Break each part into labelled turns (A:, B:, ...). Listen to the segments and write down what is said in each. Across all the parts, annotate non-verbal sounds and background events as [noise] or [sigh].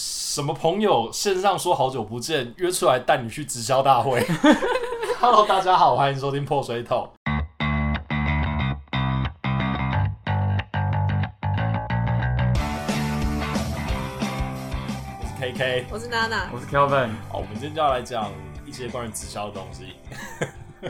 A: 什么朋友线上说好久不见，约出来带你去直销大会。Hello，大家好，欢迎收听破水桶。我是 KK，
B: 我是娜娜，
C: 我是 Kelvin，
A: 好，我们今天就要来讲一些关于直销的东西，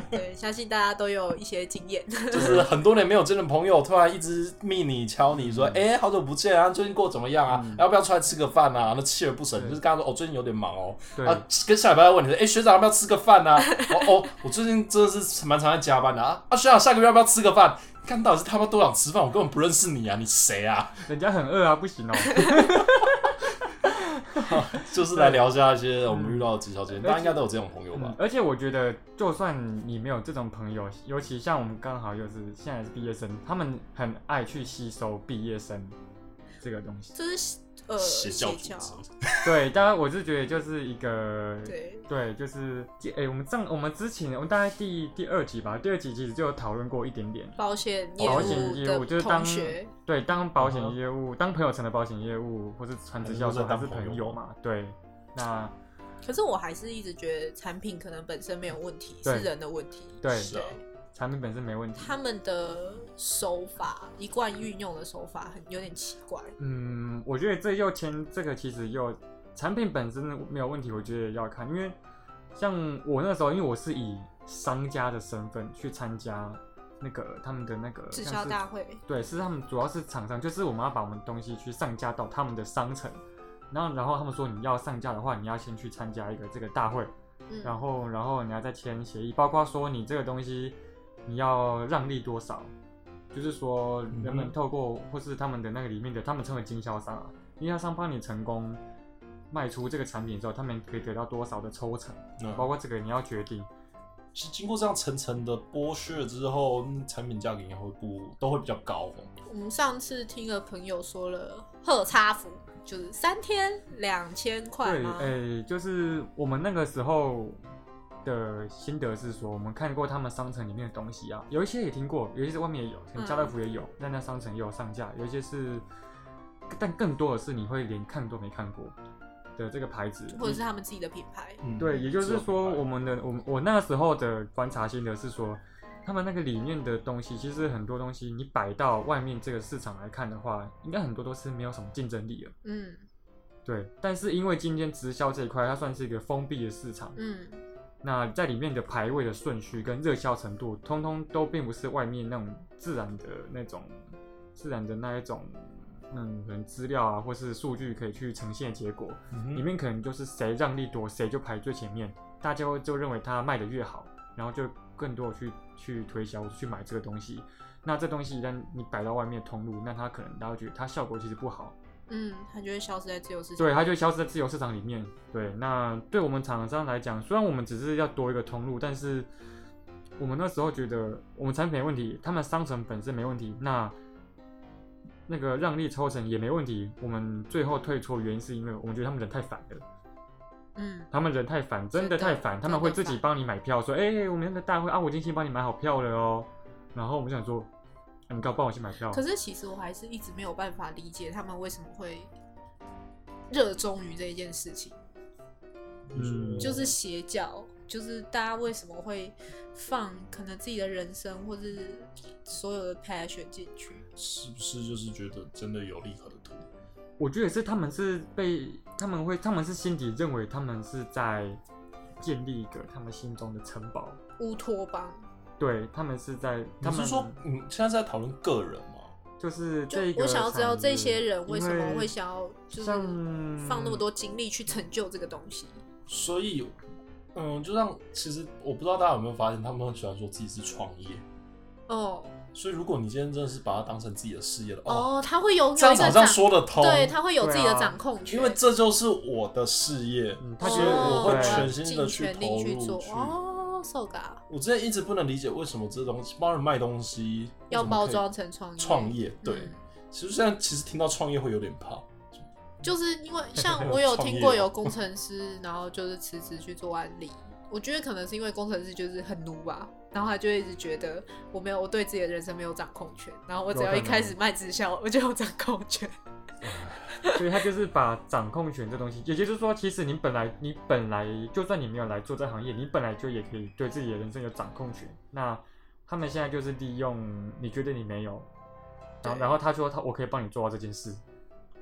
B: 对，相信大家都有一些经验。 [laughs]
A: 就是很多年没有见的朋友突然一直密你敲你说，哎、好久不见啊，最近过得怎么样啊？要不要出来吃个饭啊？那锲而不舍，
C: 对
A: 就是跟他说，哦，最近有点忙哦，
C: 对，
A: 啊，跟下礼拜再问你说，哎、学长要不要吃个饭啊？ [laughs] 哦哦，我最近真的是蛮常在加班的啊。啊，学长下个月要不要吃个饭？看到底是他妈多想吃饭，我根本不认识你啊，你谁啊？ [laughs]
C: 人家很饿啊，不
B: [laughs]
C: 行哦、
A: 就是来聊一下一些我们遇到的直销经验，大家应该都有这种朋友吧
C: 嗯嗯？而且我觉得，就算你没有这种朋友，尤其像我们刚好又是现在是毕业生，他们很爱去吸收毕业生这个东西。
B: 就是呃，
A: 邪教
B: 教
A: 组织，
C: 对，当然我是觉得就是一个。
B: 对，
C: 对，就是，诶、我们上我们之前，我们大概第第二集吧，第二集其实就有讨论过一点点，
B: 保险业
C: 保险业务
B: 务
C: 就
B: 的
C: 是当
B: 同学，
C: 对，当保
A: 嗯
C: 险
A: 哼
C: 业务，当朋友成的保险业务，或是传直销的时候，
A: 还
C: 还
A: 是
C: 是
A: 当朋
C: 朋
A: 友
C: 友嘛，对，那
B: 可是我还是一直觉得产品可能本身没有问题，是
C: 对
B: 人的问题。
C: 对
A: 是啊
C: 产品本身没问题，
B: 他们的手法一贯运用的手法很有点奇怪。
C: 嗯，我觉得这又牵这个其实又产品本身没有问题，我觉得要看，因为像我那时候，因为我是以商家的身份去参加那个他们的那个
B: 滞
C: 像
B: 销
C: 是
B: 大会，
C: 对，是他们主要是厂商，就是我们要把我们东西去上架到他们的商城，然后然后他们说你要上架的话，你要先去参加一个这个大会，
B: 嗯，
C: 然后然后你要再签协议，包括说你这个东西你要让利多少，就是说人
A: 嗯
C: 们透过或是他们的那个里面的，他们称为经销商啊，经销商帮你成功卖出这个产品之后，他们可以得到多少的抽成，包
A: 嗯，
C: 括这个你要决定。
A: 是经过这样层层的剥削之后，嗯产品价格应该会不都会比较高哦。
B: 我们上次听了朋友说了，贺差服就是三天两千块
C: 对，哎
B: 吗？
C: 诶、就是我们那个时候的心得是说，我们看过他们商城里面的东西啊，有一些也听过，有一些外面也有，可能家乐福
B: 嗯
C: 也有，但那商城也有上架，有一些是，但更多的是你会连看都没看过的这个牌子，
B: 或者是他们自己的品牌？
A: 嗯
C: 对，也就是说，我
A: 们
C: 们的我们我那时候的观察心得是说，他们那个里面的东西，其实很多东西你摆到外面这个市场来看的话，应该很多都是没有什么竞争力的。
B: 嗯
C: 对，但是因为今天直销这一块，它算是一个封闭的市场，
B: 嗯，
C: 那在里面的排位的顺序跟热销程度，通通都并不是外面那种自然的那种自然的那一种，嗯，可能资料啊或是数据可以去呈现的结果，
A: 嗯
C: 里面可能就是谁让利多，谁就排最前面，大家会就认为他卖的越好，然后就更多的去去推销去买这个东西。那这东西一旦你摆到外面的通路，那它可能大家会觉得它效果其实不好，
B: 嗯，它就会消失在自由市场。
C: 对，它就消失在自由市场里面。对，那对我们厂商来讲，虽然我们只是要多一个通路，但是我们那时候觉得我们产品没问题，他们商城本身没问题，那那个让利抽成也没问题。我们最后退出的原因是因为我们觉得他们人太烦了，
B: 嗯，
C: 他们人太烦，真
B: 真的
C: 的太烦，他们会自
B: 真
C: 己
B: 的烦
C: 帮你买票，说，哎、我们那个大会啊，我已经先帮你买好票了哦。然后我们想说，啊你搞不好我去买票
B: 可。是其实我还是一直没有办法理解他们为什么会热衷于这一件事情，
C: 嗯
B: 就是邪教，就是大家为什么会放可能自己的人生或是所有的 passion 进去？
A: 是不是就是觉得真的有利可图？
C: 我觉得是他们是被他们会他们是心底认为他们是在建立一个他们心中的城堡，
B: 乌托邦，
C: 对他们是在他
A: 你是
C: 们
A: 说你现在是在讨论个人吗？
C: 就是
B: 就
C: 这一个
B: 我想要知道
C: 产业
B: 这些人为什么
C: 因
B: 会想要就是
C: 像
B: 放那么多精力去成就这个东西。
A: 所以，嗯，就像其实我不知道大家有没有发现，他们都很喜欢说自己是创业。
B: 哦
A: 所以，如果你今天真的是把它当成自己的事业的，哦，
B: 哦，他会有有一
A: 这样
B: 个
A: 子好
B: 掌，
A: 像说得通。
B: 对，他会有自己的
C: 对啊
B: 掌控权，
A: 因
B: 哦
A: 为这就是我的事业，
C: 嗯
A: 他
C: 他
A: 觉
C: 觉
A: 得
C: 得
A: 我会
C: 对
A: 全心的
B: 尽全力
A: 投
B: 去
A: 入
B: 做
A: 去。
B: 哦，so ga
A: 我之前一直不能理解为什么这东西帮人卖东西
B: 要
A: 为什么可以
B: 包装成创业，
A: 创业，对
B: 嗯。
A: 其实现在其实听到创业会有点怕，
B: 就是因为像我有听过有工程师，然后就是辞职去做安利，我觉得可能是因为工程师就是很奴吧，然后他就一直觉得我没有我对自己的人生没有掌控权，然后我只要一开始卖直销，我就有掌控权。
C: 所以他就是把掌控权这东西，也就是说，其实你本来你本来就算你没有来做这行业，你本来就也可以对自己的人生有掌控权。那他们现在就是利用你觉得你没有，然后
B: 对
C: 然后他说他我可以帮你做到这件事，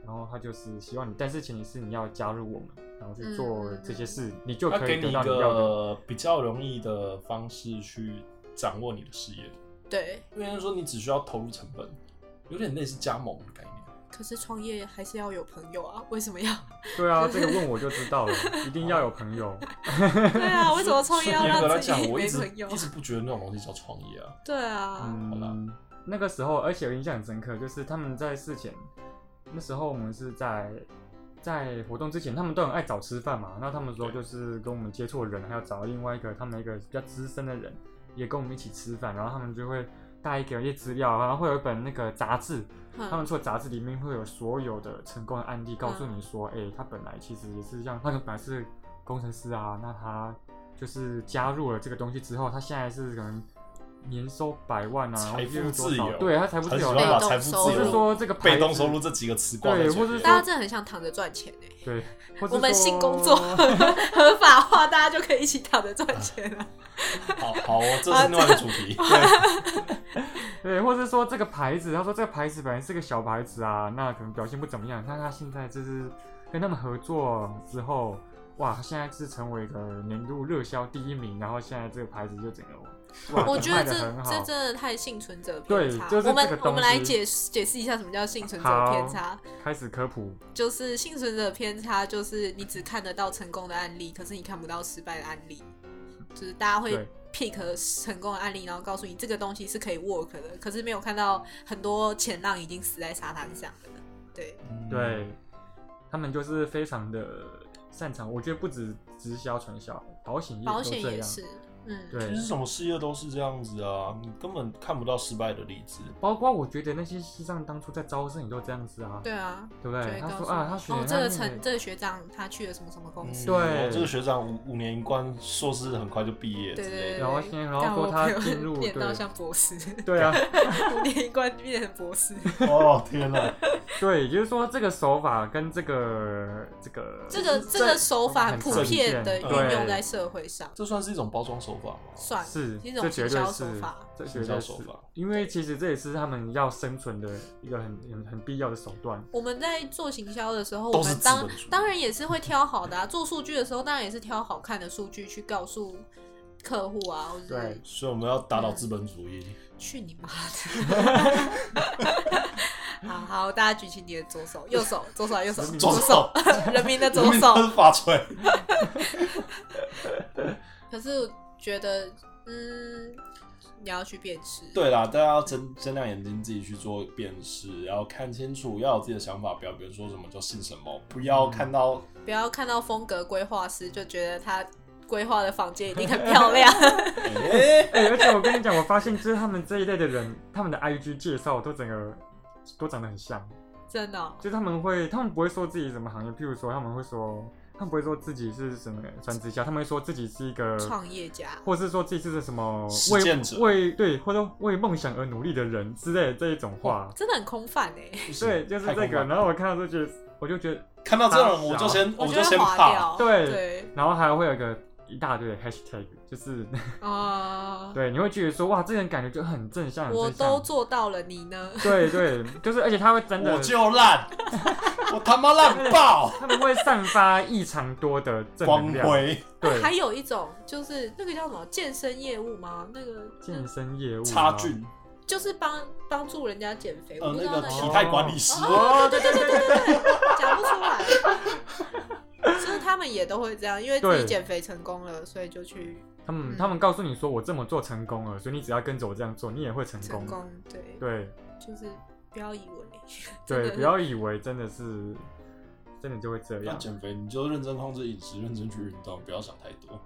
C: 然后他就是希望你，但是前提是你要加入我们，然后去做这些事，你就
A: 他
C: 可
A: 给
C: 以
A: 你
C: 得
A: 一
C: 到你要的。
A: 个比较容易的方式去掌握你的事业，
B: 对，
A: 因为说你只需要投入成本，有点类似加盟的概念。
B: 可是创业还是要有朋友啊，为什么要？
C: 对啊，这个问我就知道了，一定要有朋友。
B: 对啊，为什么创业要
A: 所以严格来
B: 让自
A: 讲，
B: 己
A: 我一
B: 没
A: 直
B: 朋友
A: 一？直不觉得那种东西叫创业啊。
B: 对啊，
A: 好啦
C: 嗯，那个时候，而且我印象很深刻，就是他们在事前，那时候我们是在在活动之前，他们都很爱找吃饭嘛。那他们说就是跟我们接触的人，还要找另外一个他们一个比较资深的人，也跟我们一起吃饭，然后他们就会带给我一些资料，然后会有一本那个杂志，他们
B: 嗯
C: 说杂志里面会有所有的成功的案例，告诉你说，哎、他本来其实也是像他本来是工程师啊，那他就是加入了这个东西之后，他现在是可能年收百万啊，
A: 财富
C: 月入多
A: 自
C: 少
A: 由
C: 对他财富
A: 很
C: 自
A: 喜
C: 由
A: 欢
B: 被
A: 把
C: 了。
B: 动
A: 财富
B: 收
A: 自
C: 或
B: 入
C: 是
A: 由
C: 说这个牌
A: 被
C: 子
A: 动收入这几个词挂在
C: 对
A: 嘴
C: 或是
A: 边
B: 大家真的很想躺着赚钱哎、
C: 对，或是
B: 我们
C: 说
B: 新工作合法化，大家就可以一起躺着赚钱了。
A: 好好哦，
B: 啊
A: 这是另外一个主题。
C: 对，或是说这个牌子，他说这个牌子本来是个小牌子啊，那可能表现不怎么样，但他现在就是跟他们合作之后，哇，他现在是成为一个年度热销第一名，然后现在这个牌子就整个，哇，
B: [laughs] 我
C: [laughs]
B: 觉
C: 卖
B: 得
C: 得
B: 这
C: 很
B: 这
C: 好。
B: 真的太幸存者偏差。
C: 对就是
B: 我
C: 这
B: 们
C: 个
B: 我们来
C: 东西
B: 解释解释一下什么叫幸存者
C: 好
B: 偏差。
C: 开始科普，
B: 就是幸存者偏差，就是你只看得到成功的案例，可是你看不到失败的案例。就是大家会
C: 对
B: pick 成功的案例，然后告诉你这个东西是可以 work 的，可是没有看到很多前浪已经死在沙滩上了。对，
C: [laughs]
A: 嗯
C: 对、他们就是非常的擅长，我觉得不止直销、传销，保险业
B: 保
C: 都
B: 险
C: 这
B: 也
C: 样。
B: 是，嗯，
A: 其
C: 对
A: 实，什么事业都是这样子啊，你根本看不到失败的例子。
C: 包括我觉得那些西藏当初在招生也都这样子啊，
B: 对啊，
C: 对不
B: 就
C: 对？
B: 会
C: 他
B: 告诉
C: 说
B: 你
C: 啊，他选
B: 哦
C: 了，
B: 这个
C: 那个
B: 成这个学长他去了什么什么公司，
C: 对
A: 我嗯哦这个学长五五年一贯硕士很快就毕业之
B: 对对
A: 类
B: 对，
A: 的。
C: 然后先然后
B: 但
C: 说
B: 我
C: 他
B: 朋友 [laughs]
C: 进入
B: 念到
C: 对
B: 像博士，
C: 对啊，
B: [laughs] 五年一贯变成博士，
A: 哦天哪，
C: [laughs] 对，也就是说这个手法跟这个这个
B: 这个这个手法很
C: 很
B: 普
C: 常
B: 遍的
C: 见
B: 运用
C: 对
B: 在社会上，
A: 这算是一种包装手法吗？
B: 算
C: 是
B: 一
C: 这
B: 种
C: 绝
B: 行
C: 对
B: 销
C: 是
B: 手法。
C: 这
A: 行
C: 绝
A: 销
C: 对是
A: 手法，
C: 因为其实这也是他们要生存的一个很很很必要的手
B: [laughs]
C: 段。
B: 我们在做行销的时候，
A: 都
B: 我
A: 是
B: 们
A: 资
B: 当
A: 本主义
B: 当然也是会挑好的啊。做数据的时候，当然也是挑好看的数据去告诉客户啊，或者
C: 对
B: 是
A: 所以我们要打倒资本主义。
B: 去你
A: [laughs]
B: 妈的！好 [laughs] 好，大家举起你的左手、右手、左手、右手、
A: 左
B: 左
A: 手
B: 手，
C: [laughs]
B: [laughs] 人民的
A: 无
B: 左
A: 名
B: 手。
A: 是法锤。
B: 可是我觉得，嗯，你要去辨识，
A: 对啦，大家要睁睁亮眼睛自己去做辨识，然后看清楚，要有自己的想法，不要别人说什么就信什么，不要看到
B: 不要看到风格规划师就觉得他规划的房间一定很漂
C: [laughs]
B: 亮。
A: 哎，
C: 哎、而且我跟你讲，我发现就是他们这一类的人，他们的 IG 介绍都整个都长得很像，
B: 真的哦、
C: 就是他们会，他们不会说自己什么行业，譬如说他们会说，他们不会说自己是什么传直销，他们会说自己是一个
B: 创业家
C: 或是说自己是什么
A: 实践者
C: 为为对，或者为梦想而努力的人之类的这一种话，
B: 真的很空泛哎、
A: 不行
C: 对，就是
A: 哦太
C: 这
A: 空
C: 个。
A: 泛
C: 然后我看到就觉得，我就觉得，
A: 看到这种人，我
C: 打
A: 就
C: 小
A: 先
B: 我
A: 就
B: 觉
A: 先
B: 得划
A: 怕。
B: 掉。
C: 对
B: 对，
C: 然后还会有一个一大堆的 hashtag，就是
A: 哦
B: 啊、
C: 对，你会觉得说哇，这个人感觉就很正向，很
B: 我
C: 正向
B: 都做到了，你呢？
C: 对对，就是而且他会真的
A: 我，就烂，我他妈烂
C: [laughs]
A: 爆，
C: 他们会散发异常多的正
A: 光
C: 能量，
A: 辉
C: 对，
B: 还有一种就是那个叫什么健身业务吗？那个
C: 健身业
A: [laughs]
C: 务啊
A: 差
C: 吗
A: 距，
B: 就是帮帮助人家减肥，我
A: 呃，
B: 不知
A: 那
B: 道
A: 个
B: 那
A: 体
B: 个
A: 态管理师，
C: 哦，对对对对对，
B: 讲不出来。
C: [laughs]
B: 就是他们也都会这样，因为自己
C: 对
B: 减肥成功了，所以就去
C: 他们他们告诉你说我这么做成功了，所以你只要跟着我这样做，你也会成
B: 成
C: 功，
B: 功。对，
C: 对。
B: 就是不要以为真 [laughs]
C: 对，
B: 的
C: 不要以为真的是真的就会这
A: 要
C: 样。
A: 减肥，你就认真控制饮食，认真去运动，不要想太多。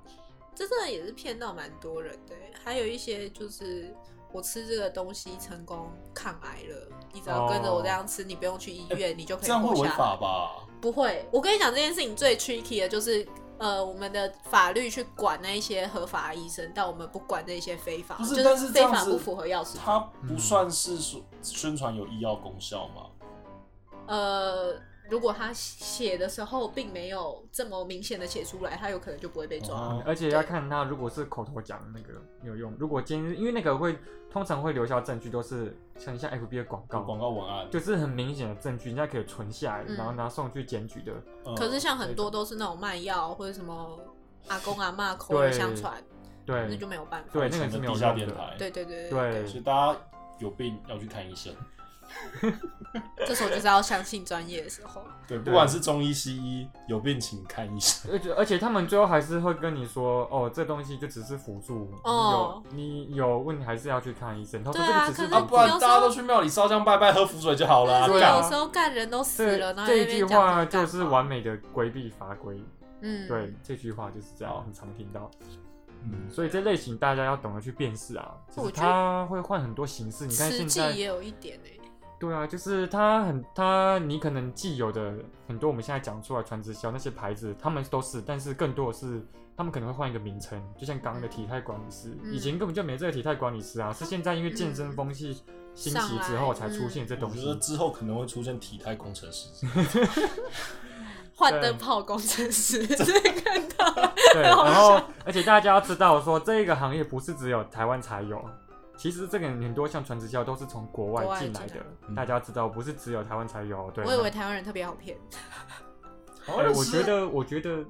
B: 这真的也是骗到蛮多人的欸。还有一些就是我吃这个东西成功抗癌了，你只要跟着我这样吃，你不用去医院，你就可
A: 哦哎这
B: 以
A: 样会
B: 活
A: 违
B: 下来。
A: 法吧？
B: 不会，我跟你讲这件事情最 tricky 的就是。呃，我们的法律去管那一些合法的医生，但我们不管那些非法，
A: 不是
B: 就
A: 但是这
B: 非
A: 样
B: 法
A: 子
B: 不符合药师法。
A: 哦它不算是说宣传有医药功效吗？
B: 呃，如果他写的时候并没有这么明显的写出来，他有可能就不会被抓。
A: 哦
C: 而且要看他如果是口头讲那个有用，如果今日因为那个会通常会留下证据，都是很像 FB 的广告，
A: 广告文案，
C: 就是很明显的证据，人家可以存下来，
B: 嗯
C: 然后拿送去检举的。
A: 嗯
B: 可是像很多都是那种卖药或者什么阿公阿妈口耳
C: 对
B: 相传，那
C: 对
B: 就没有办法。
C: 对，那个
A: 我
C: 是
A: 们
C: 没有
A: 地下
C: 用
A: 电
C: 的。
A: 台，
B: 对对对
C: 对
A: 所以大家有病要去看医 [laughs] 生。
B: 对，这时候就是要相信专业的时候。
A: 对，啊不管是中医西医，有病请看医生。
C: 而且而且他们最后还是会跟你说，哦，这东西就只是辅助，
B: 哦
C: 你有你有问题还是要去看医生。他说
B: 对
C: 这
B: 啊
C: 个只是
B: 可
A: 啊，
B: 是
C: 辅
A: 不
C: 助
A: 然
B: 有时候
A: 大家都去庙里烧香拜拜喝符水就好了啊。
B: 但是
A: 干
B: 有时候干人都死了，然
C: 这
B: 后在
C: 这一
B: 那
C: 句
B: 边讲
C: 话
B: 这个
C: 就
B: 干
C: 是
B: 嘛
C: 完美的规避法规。
B: 嗯，
C: 对，这句话就是这样，很常听到。
A: 嗯
C: 所以这类型大家要懂得去辨识啊，就
B: 我
C: 是
B: 觉得
C: 它会换很多形式。你看
B: 实
C: 现
B: 际
C: 在，
B: 也有一点哎、
C: 对啊，就是它很它你可能既有的很多我们现在讲出来传直销那些牌子，他们都是，但是更多的是他们可能会换一个名称，就像刚刚的体态管理师，
B: 嗯
C: 以前根本就没这个体态管理师啊，是现在因为健身风气兴起之后才
B: 嗯
C: 出现这
A: 我
C: 东
A: 觉
C: 西。
A: 得之后可能会出现体态工程 [laughs] 师，
B: 换灯泡工程
C: [laughs]
B: 师，这个看到
C: 对，然后而且大家要知道说，这个行业不是只有台湾才有，其实这个很多像传直销都是从国外
B: 国外
C: 进来
B: 进
C: 的
B: 来，
A: 嗯
C: 大家要知道不是只有台湾才有。对，嗯
B: 我以为台湾人特别好骗，
C: 哎、我觉得，我觉得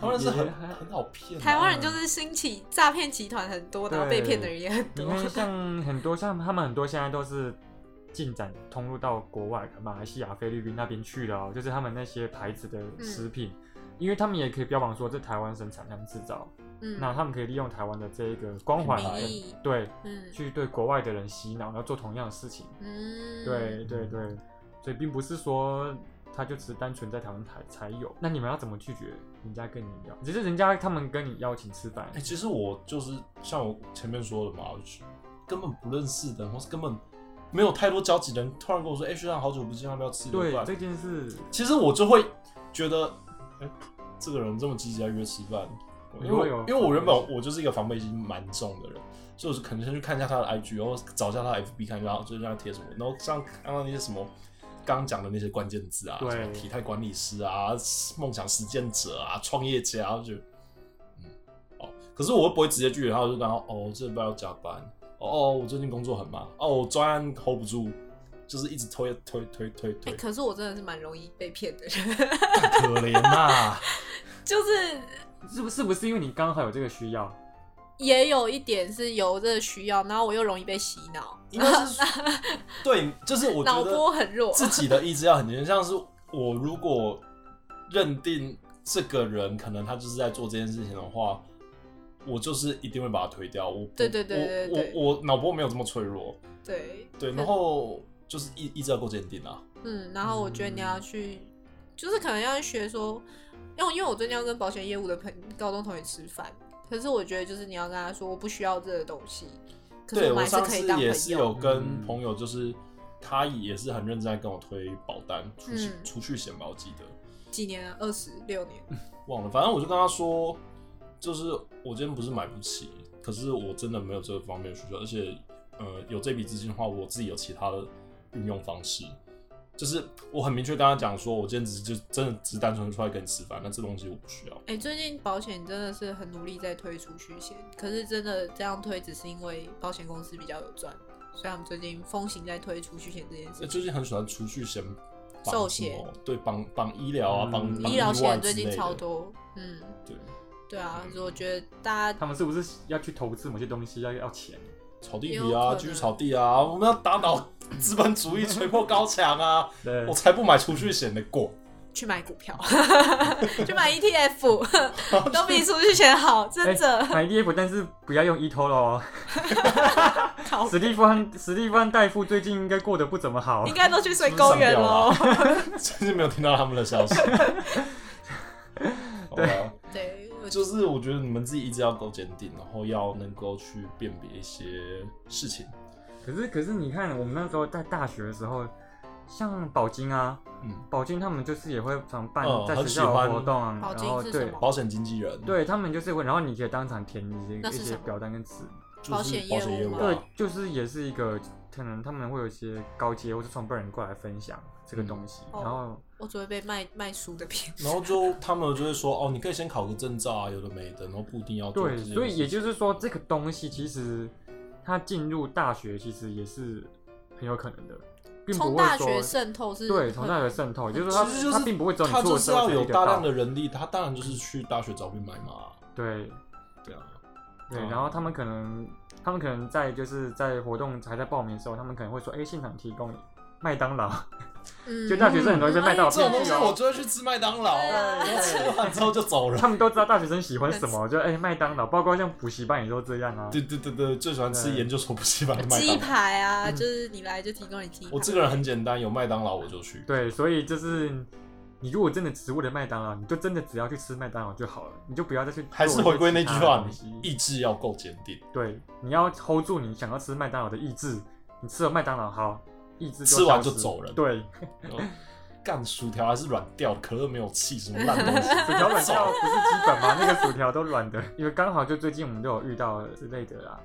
A: 他们是
C: 也
A: 很
C: 还
A: 很好骗啊。
B: 台湾人就是兴起诈骗集团很多，然后被骗的人也很
C: 你
B: 多。
A: [laughs]
C: 看，像很多像他们很多现在都是进展通路到国外，马来西亚、菲律宾那边去了哦、就是他们那些牌子的
B: 嗯
C: 食品，因为他们也可以标榜说这台湾生产、台湾制造，
B: 嗯
C: 那他们可以利用台湾的这一个光环来
B: 名义
C: 对
B: 嗯
C: 去对国外的人洗脑，然后做同样的事情。
B: 嗯，
C: 对对对，所以并不是说他就只是单纯在台湾台才有。那你们要怎么拒绝人家跟你要？只是人家他们跟你邀请吃饭
A: 哎、，其实我就是像我前面说的嘛，我去根本不认识的人，或是根本没有太多交集的人，突然跟我说：“哎、学长，好久不见，要不要吃个
C: 对
A: 饭
C: 这件事，？”
A: 其实我就会觉得，哎、这个人这么积极来约吃饭，因为我
C: 你会有
A: 因为我原本我就是一个防备心蛮重的人，所以我就可能先去看一下他的 IG，然后找一下他的 FB，看一下他最近在贴什么，然后像刚刚那些什么。刚刚讲的那些关键字啊，
C: 对
A: 什么体态管理师啊、梦想实践者啊、创业家，我就觉得哦，可是我又不会直接拒绝他，我就跟他说哦，这礼拜要加班，哦哦，我最近工作很忙，哦，我专案 hold 不住，就是一直推推推推
B: 哎、
A: 推，
B: 可是我真的是蛮容易被骗的人， [laughs]
A: 可怜呐、
B: 啊就是
C: 是不是不是因为你刚好有这个需要？
B: 也有一点是有这个需要，然后我又容易被洗脑，
A: [laughs] 应该
B: [laughs]
A: 是说对，就是我觉
B: 脑波
A: 得
B: 很弱。
A: 自己的意志要很坚定，像是我如果认定这个人可能他就是在做这件事情的话。我就是一定会把他推掉，我不
B: 对对对对对
A: 我我我脑波没有这么脆弱，
B: 对
A: 对，然后就是意意志要够坚定啊，
B: 嗯，然后我觉得你要去，就是可能要学说，因为因为我最近要跟保险业务的朋高中同学吃饭，可是我觉得就是你要跟他说我不需要这个东西，可
A: 对
B: 是们
A: 我
B: 还是
A: 上
B: 可
A: 次
B: 以当
A: 也
B: 朋
A: 是有
B: 友。嗯
A: 跟朋友，就是、他也是很认真在跟我推保单、储蓄、
B: 嗯
A: 储蓄险吧，我记得
B: 几年啊？二十六年。
A: 忘了，反正我就跟他说，就是我今天不是买不起，可是我真的没有这个方面的需求，而且呃有这笔资金的话，我自己有其他的运用方式。就是我很明确跟他讲说，我今天只是就真的只是单纯地出来跟你吃饭，那这东西我不需要。
B: 哎、最近保险真的是很努力在推储蓄险，可是真的这样推只是因为保险公司比较有赚，所以他们最近风行在推储蓄险这件
A: 那
B: 事情。
A: 最近很喜欢储蓄险、绑
B: 寿
A: 什么
B: 险，
A: 对，绑绑医疗啊，
C: 嗯
A: 绑绑
B: 医
A: 意
B: 疗
A: 外
B: 险
A: 之
B: 最近
A: 类的
B: 超，多，嗯，
A: 对，
B: 对啊，所以我觉得大家
C: 他们是不是要去投资某些东西要要钱？
A: 炒地
B: 也
A: 皮
B: 有可
A: 啊，
B: 能
A: 继续炒地啊，我们要打倒 [laughs] 资本主义，锤破高墙啊！
C: 对
A: 我，才不买储蓄险的果，
B: 去买股票， [laughs] 去买
C: [laughs]
B: ETF，都比储蓄险好，真的。
C: 哎买 ETF，但是不要用 eToro 哦。
B: 靠
C: 史蒂夫和史蒂夫和戴夫最近应该过得不怎么好
B: 应。该都去睡公园喽。
C: 啊
A: [laughs] 真是没有听到他们的消
C: [laughs]
A: 息。对啊，
B: [laughs] 对，我
A: 就是我觉得你们自己意志要够坚定，然后要能够去辨别一些事情。
C: 可是可是你看，我们那时候在大学的时候，像宝金啊，
A: 嗯，
C: 宝金他们就是也会常办
A: 嗯
C: 在学
A: 很喜
C: 校
A: 欢
C: 的活动啊，
B: 宝
C: 然
B: 金
C: 后
B: 是
C: 对
B: 什么
A: 保险经纪人，，
C: 对他们就是会，然后你可以当场填一些
B: 那
C: 一
B: 是
C: 些
B: 什么
C: 表单跟纸，
A: 就是
B: 保
A: 保
B: 险
A: 险
B: 业务
A: 业务
B: 吗
A: 啊，
C: 对，就是也是一个可能他们会有一些高阶或是创办人过来分享这个东西，
B: 嗯
C: 然后
B: 我只会被卖卖书的骗。
A: 然后就他们就会说哦，你可以先考个证照啊，有的没的，然后不一定要做
C: 对，
A: 这件
C: 所以
A: 事
C: 也
A: 情
C: 就是说，这个东西其实它进入大学其实也是很有可能的，并不
B: 从
C: 会
B: 大学
C: 说
B: 渗透是
C: 对从
B: 很
C: 大学渗透，也就是
A: 其实
C: 说
A: 就是
C: 它它并不会只有你
A: 他
C: 做
A: 就
C: 的
A: 是
C: 时候
A: 要
C: 才
A: 有
C: 理得
A: 大
C: 到
A: 量的人力，他当然就是去大学找兵买马，
C: 对
A: 对啊，
C: 对，
A: 嗯
C: 然后他们可能他们可能在就是在活动还在报名的时候，他们可能会说，哎，现场提供麦当劳， [laughs]
B: 嗯
C: 就大学生很容易被麦当劳
A: 这种东西
C: 骗去
A: 我
C: 哦。
A: 就会去吃麦当劳，
B: 对啊
A: 然后吃完之后就走了
C: 他。们都知道大学生喜欢什么，就哎麦当劳，包括像补习班也都这样啊。
A: 对对对对，最喜欢吃
C: 对
A: 研究所补习班的麦
B: 鸡
A: 当劳。
B: 排啊，
C: 嗯
B: 就是你来就提供你鸡排。
A: [laughs] 我这个人很简单，有麦当劳我就去。
C: 对，所以就是你如果真的只为了麦当劳，你就真的只要去吃麦当劳就好了，你就不要再去
A: 还是
C: 做
A: 回
C: 一些
A: 归那
C: 其
A: 句
C: 他的
A: 话
C: 东西，
A: 意志要够坚定。 [laughs]
C: 对，你要 hold 住你想要吃麦当劳的意志，你吃了麦当劳好，意志
A: 吃完
C: 消
A: 就
C: 失
A: 走了
C: 对，
A: 干薯条还是软掉的，可乐没有气，什么烂东西。
C: [laughs] 薯条软
A: 走
C: 掉不是基本吗？那个薯条都软的， [laughs] 因为刚好就最近我们都有遇到之类的啦。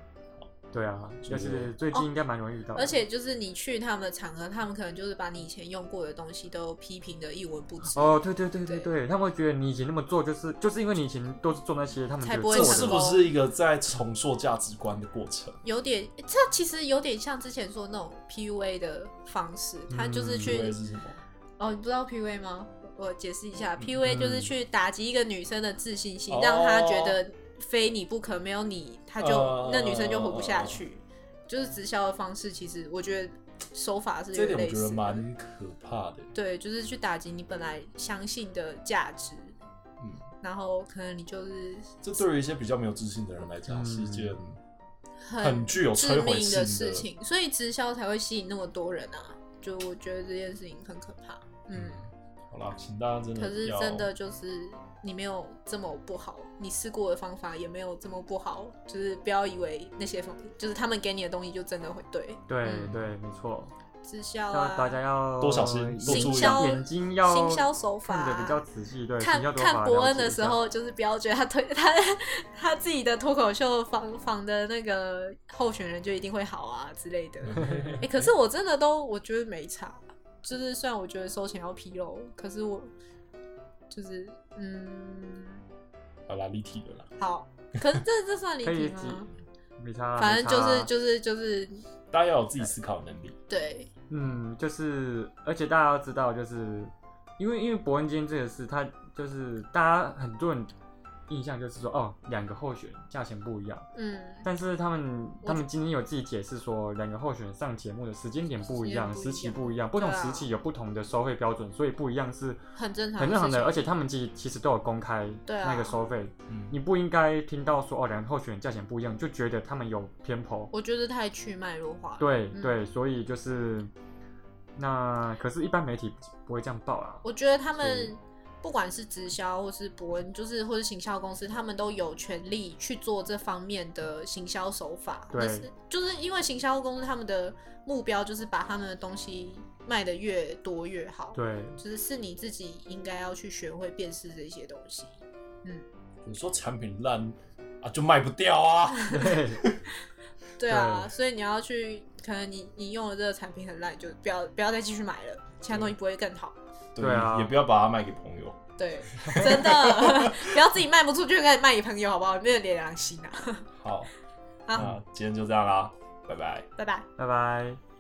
C: 对啊，就是最近应该蛮容易遇到的、
B: 哦而且就是你去他们的场合，他们可能就是把你以前用过的东西都批评的一文不值。
C: 哦，对对对对对，他们会觉得你以前那么做，就是就是因为你以前都是做那些，他们
B: 才
C: 觉得
B: 不会
A: 这
C: 做
A: 是
C: 的
A: 不是一个在重塑价值观的过程？
B: 有点，这其实有点像之前说的那种 PUA 的方式，他就
A: 以
B: 是去、
A: 为是什么？
B: 哦，你不知道 PUA 吗？我解释一下
A: 嗯
B: ，PUA 就是去打击一个女生的自信心，
A: 哦
B: 让她觉得非你不可，没有你，她就、
A: 呃
B: 那女生就活不下去。就是直销的方式，其实我觉得手法是
A: 这
B: 有
A: 点我
B: 点类
A: 觉得
B: 似的。
A: 蛮可怕的。
B: 对，就是去打击你本来相信的价值，
A: 嗯，
B: 然后可能你就是
A: 这对于一些比较没有自信的人来讲
C: 嗯
A: 是一件很
B: 很
A: 具有
B: 致
A: 摧
B: 命
A: 毁性
B: 的事。情，所以直销才会吸引那么多人啊。就我觉得这件事情很可怕，嗯
A: 嗯，好啦，请大家
C: 嗯
A: 真的
B: 可是
A: 要
B: 真的就是你没有这么不好，你试过的方法也没有这么不好，就是不要以为那些方就是他们给你的东西就真的会对
C: 对
B: 嗯
C: 对，没错，
B: 直销啊
C: 那，大家要
A: 多小心多注
B: 行
A: 意
B: 销
C: 眼睛要
B: 行销手法
C: 看的比较仔细，对，
B: 看
C: 行销手
B: 看
C: 法
B: 伯
C: 了
B: 恩
C: 解
B: 的
C: 一
B: 时
C: 下
B: 候，就是不要觉得他推他他自己的脱口秀访访的那个候选人就一定会好啊之类
C: [laughs]
B: 的。哎、可是我真的都我觉得没差，就是虽然我觉得收钱要披露，可是我就是嗯
A: 好啦，立体的啦。
B: 好，可是这这算离
C: 可
B: 题
C: 以几
B: 吗？
C: 没差啦，
B: 反
C: 啊没
B: 正
C: 差
B: 就是
C: 啦
B: 就是就是
A: 大家要有自己思考能力。
B: 对，
C: 嗯，就是，而且大家要知道，就是因为因为伯恩今天这个事，他就是大家很多人印象就是说，哦，两个候选人价钱不一样，
B: 嗯，
C: 但是他们
B: 我
C: 他们今天有自己解释说，两个候选人上节目的时间点不一样，
B: 时间不一
C: 时
B: 样
C: 期不一样，不同
B: 对啊
C: 时期有不同的收费标准，所以不一样是
B: 很正常，
C: 很正常的，而且
B: 他
C: 他们其实其实都有公开
B: 对啊
C: 那个收费，
A: 嗯，
C: 你不应该听到说哦，两个候选人价钱不一样，就觉得他们有偏颇。
B: 我觉得太去脉弱化了，
C: 对
B: 嗯
C: 对，所以就是那可是，一般媒体不会这样报啊。
B: 我觉得他们
C: 是
B: 不管是直销或是伯恩，就是或是行销公司，他们都有权利去做这方面的行销手法。
C: 对
B: 那是就是因为行销公司他们的目标就是把他们的东西卖的越多越好。，
C: 对， [laughs]
B: 就是是你自己应该要去学会辨识这些东西。
A: 你说产品烂啊，就卖不掉啊。
C: 对，
B: 对啊，所以你要去，可能你你用了这个产品很烂，就不要不要再继续买了，其他东西不会更好。
C: 对啊
A: 也不要把它卖给朋友。
B: 对，真的， [laughs] 不要自己卖不出去，开始卖给朋友，好不好？没有点良心啊！
A: 好，
B: 好
A: 那今天就这样啦，拜拜。
B: 拜拜。
C: 拜拜。